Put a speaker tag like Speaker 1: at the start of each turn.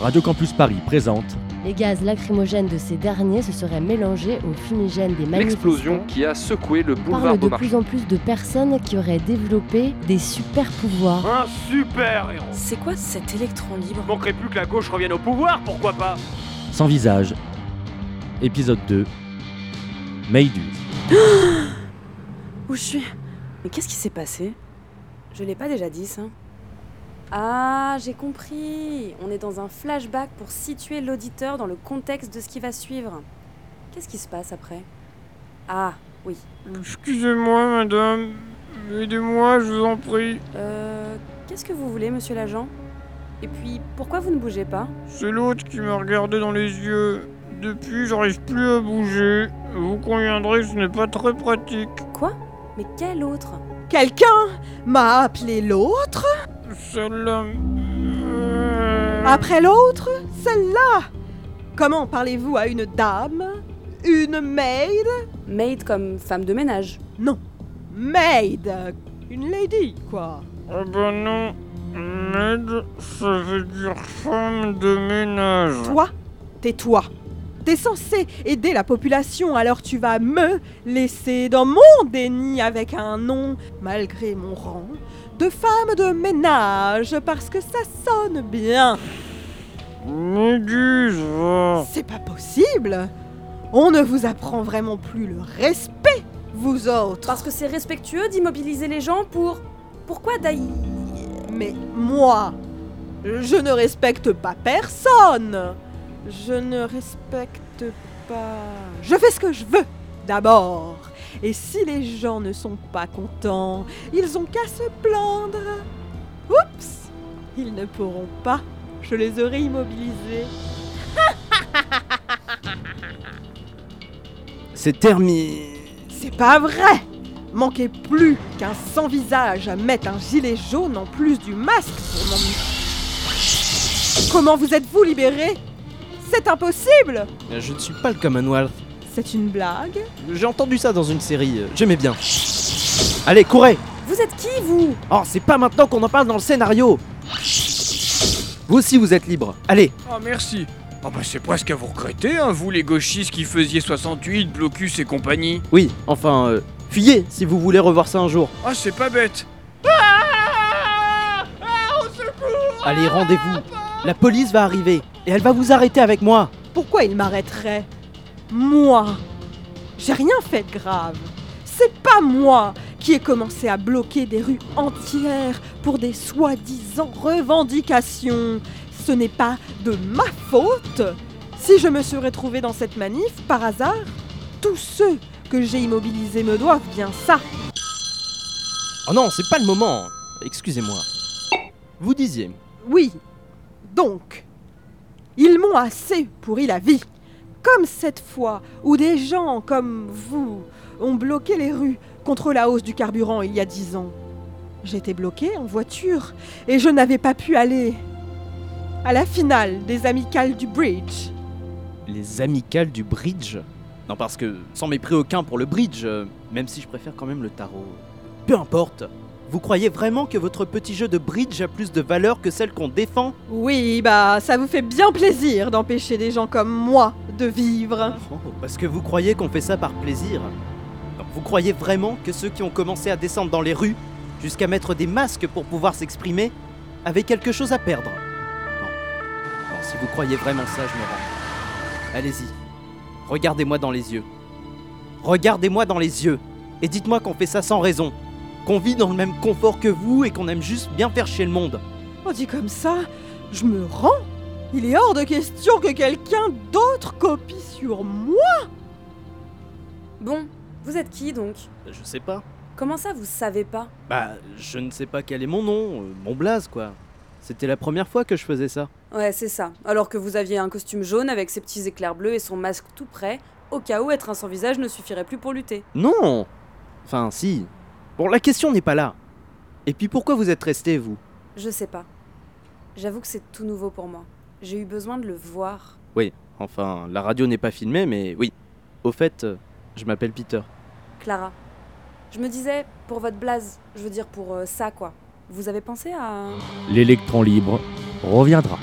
Speaker 1: Radio Campus Paris présente
Speaker 2: Les gaz lacrymogènes de ces derniers se seraient mélangés aux fumigènes des manifestants.
Speaker 3: L'explosion qui a secoué le boulevard
Speaker 2: parle de
Speaker 3: Beaumarchais.
Speaker 2: plus en plus de personnes qui auraient développé des super pouvoirs.
Speaker 4: Un super héros
Speaker 5: C'est quoi cet électron libre
Speaker 4: Manquerait plus que la gauche revienne au pouvoir, pourquoi pas
Speaker 1: Sans visage, épisode 2, Maydu.
Speaker 5: Où je suis Mais qu'est-ce qui s'est passé Je l'ai pas déjà dit ça. Ah, j'ai compris. On est dans un flashback pour situer l'auditeur dans le contexte de ce qui va suivre. Qu'est-ce qui se passe après Ah, oui.
Speaker 6: Excusez-moi, madame. Aidez-moi, je vous en prie.
Speaker 5: Euh, qu'est-ce que vous voulez, monsieur l'agent Et puis, pourquoi vous ne bougez pas
Speaker 6: C'est l'autre qui m'a regardé dans les yeux. Depuis, j'arrive plus à bouger. Vous conviendrez, ce n'est pas très pratique.
Speaker 5: Quoi Mais quel autre
Speaker 7: Quelqu'un m'a appelé l'autre,
Speaker 6: Celle-là. euh,
Speaker 7: après l'autre, celle-là. Comment parlez-vous à une dame Une maid
Speaker 5: Maid comme femme de ménage.
Speaker 7: Non, maid. Une lady, quoi.
Speaker 6: Ah bah non. Maid, ça veut dire femme de ménage.
Speaker 7: Toi, tais-toi. T'es censé aider la population, alors tu vas me laisser dans mon déni avec un nom, malgré mon rang, de femme de ménage, parce que ça sonne bien.
Speaker 6: Méduse, va.
Speaker 7: C'est pas possible On ne vous apprend vraiment plus le respect, vous autres
Speaker 5: Parce que c'est respectueux d'immobiliser les gens pour. Pourquoi d'ailleurs
Speaker 7: Mais moi, je ne respecte pas personne Je ne respecte pas... Je fais ce que je veux, d'abord Et si les gens ne sont pas contents, ils ont qu'à se plaindre Oups Ils ne pourront pas, je les aurai immobilisés
Speaker 8: C'est terminé.
Speaker 7: C'est pas vrai Manquez plus qu'un sans-visage à mettre un gilet jaune en plus du masque pour m'en- Comment vous êtes-vous libéré C'est impossible
Speaker 8: Je ne suis pas le Commonwealth.
Speaker 7: C'est une blague
Speaker 8: J'ai entendu ça dans une série, euh, j'aimais bien. Allez, courez
Speaker 5: Vous êtes qui, vous
Speaker 8: Oh, c'est pas maintenant qu'on en parle dans le scénario Vous aussi, vous êtes libre. Allez
Speaker 4: Ah merci Ah bah c'est presque à vous regretter, hein, vous les gauchistes qui faisiez 68, blocus et compagnie
Speaker 8: Oui, enfin, euh, fuyez si vous voulez revoir ça un jour.
Speaker 4: Ah c'est pas bête
Speaker 8: Allez, rendez-vous. La police va arriver et elle va vous arrêter avec moi.
Speaker 7: Pourquoi il m'arrêterait Moi J'ai rien fait de grave C'est pas moi qui ai commencé à bloquer des rues entières pour des soi-disant revendications Ce n'est pas de ma faute Si je me serais trouvée dans cette manif, par hasard, tous ceux que j'ai immobilisés me doivent bien ça
Speaker 8: Oh non, c'est pas le moment. Excusez-moi. Vous disiez.
Speaker 7: Oui. Donc, ils m'ont assez pourri la vie. Comme cette fois où des gens comme vous ont bloqué les rues contre la hausse du carburant il y a dix ans. J'étais bloquée en voiture et je n'avais pas pu aller à la finale des amicales du bridge.
Speaker 8: les amicales du bridge. Non, parce que sans mépris aucun pour le bridge, euh, même si je préfère quand même le tarot. Peu importe. Vous croyez vraiment que votre petit jeu de bridge a plus de valeur que celle qu'on défend
Speaker 7: Oui, bah ça vous fait bien plaisir d'empêcher des gens comme moi de vivre.
Speaker 8: Oh, Parce que vous croyez qu'on fait ça par plaisir Non, Vous croyez vraiment que ceux qui ont commencé à descendre dans les rues, jusqu'à mettre des masques pour pouvoir s'exprimer, avaient quelque chose à perdre Non. Non, si vous croyez vraiment ça, je me rends. Allez-y. Regardez-moi dans les yeux. Regardez-moi dans les yeux. Et dites-moi qu'on fait ça sans raison. Qu'on vit dans le même confort que vous et qu'on aime juste bien faire chier le monde.
Speaker 7: On dit comme ça, je me rends. Il est hors de question que quelqu'un d'autre copie sur moi.
Speaker 5: Bon, vous êtes qui donc
Speaker 8: Euh, Je sais pas.
Speaker 5: Comment ça vous savez pas
Speaker 8: Bah, je ne sais pas quel est mon nom, euh, mon blaze quoi. C'était la première fois que je faisais ça.
Speaker 5: Ouais, c'est ça. Alors que vous aviez un costume jaune avec ses petits éclairs bleus et son masque tout prêt, au cas où être un sans-visage ne suffirait plus pour lutter.
Speaker 8: Non Enfin, si. Bon, la question n'est pas là. Et puis pourquoi vous êtes resté, vous
Speaker 5: Je sais pas. J'avoue que c'est tout nouveau pour moi. J'ai eu besoin de le voir.
Speaker 8: Enfin, la radio n'est pas filmée, mais oui. Au fait, euh, je m'appelle Peter.
Speaker 5: Clara. Je me disais, pour votre blase, je veux dire pour euh, ça quoi. Vous avez pensé à.
Speaker 1: L'électron libre reviendra.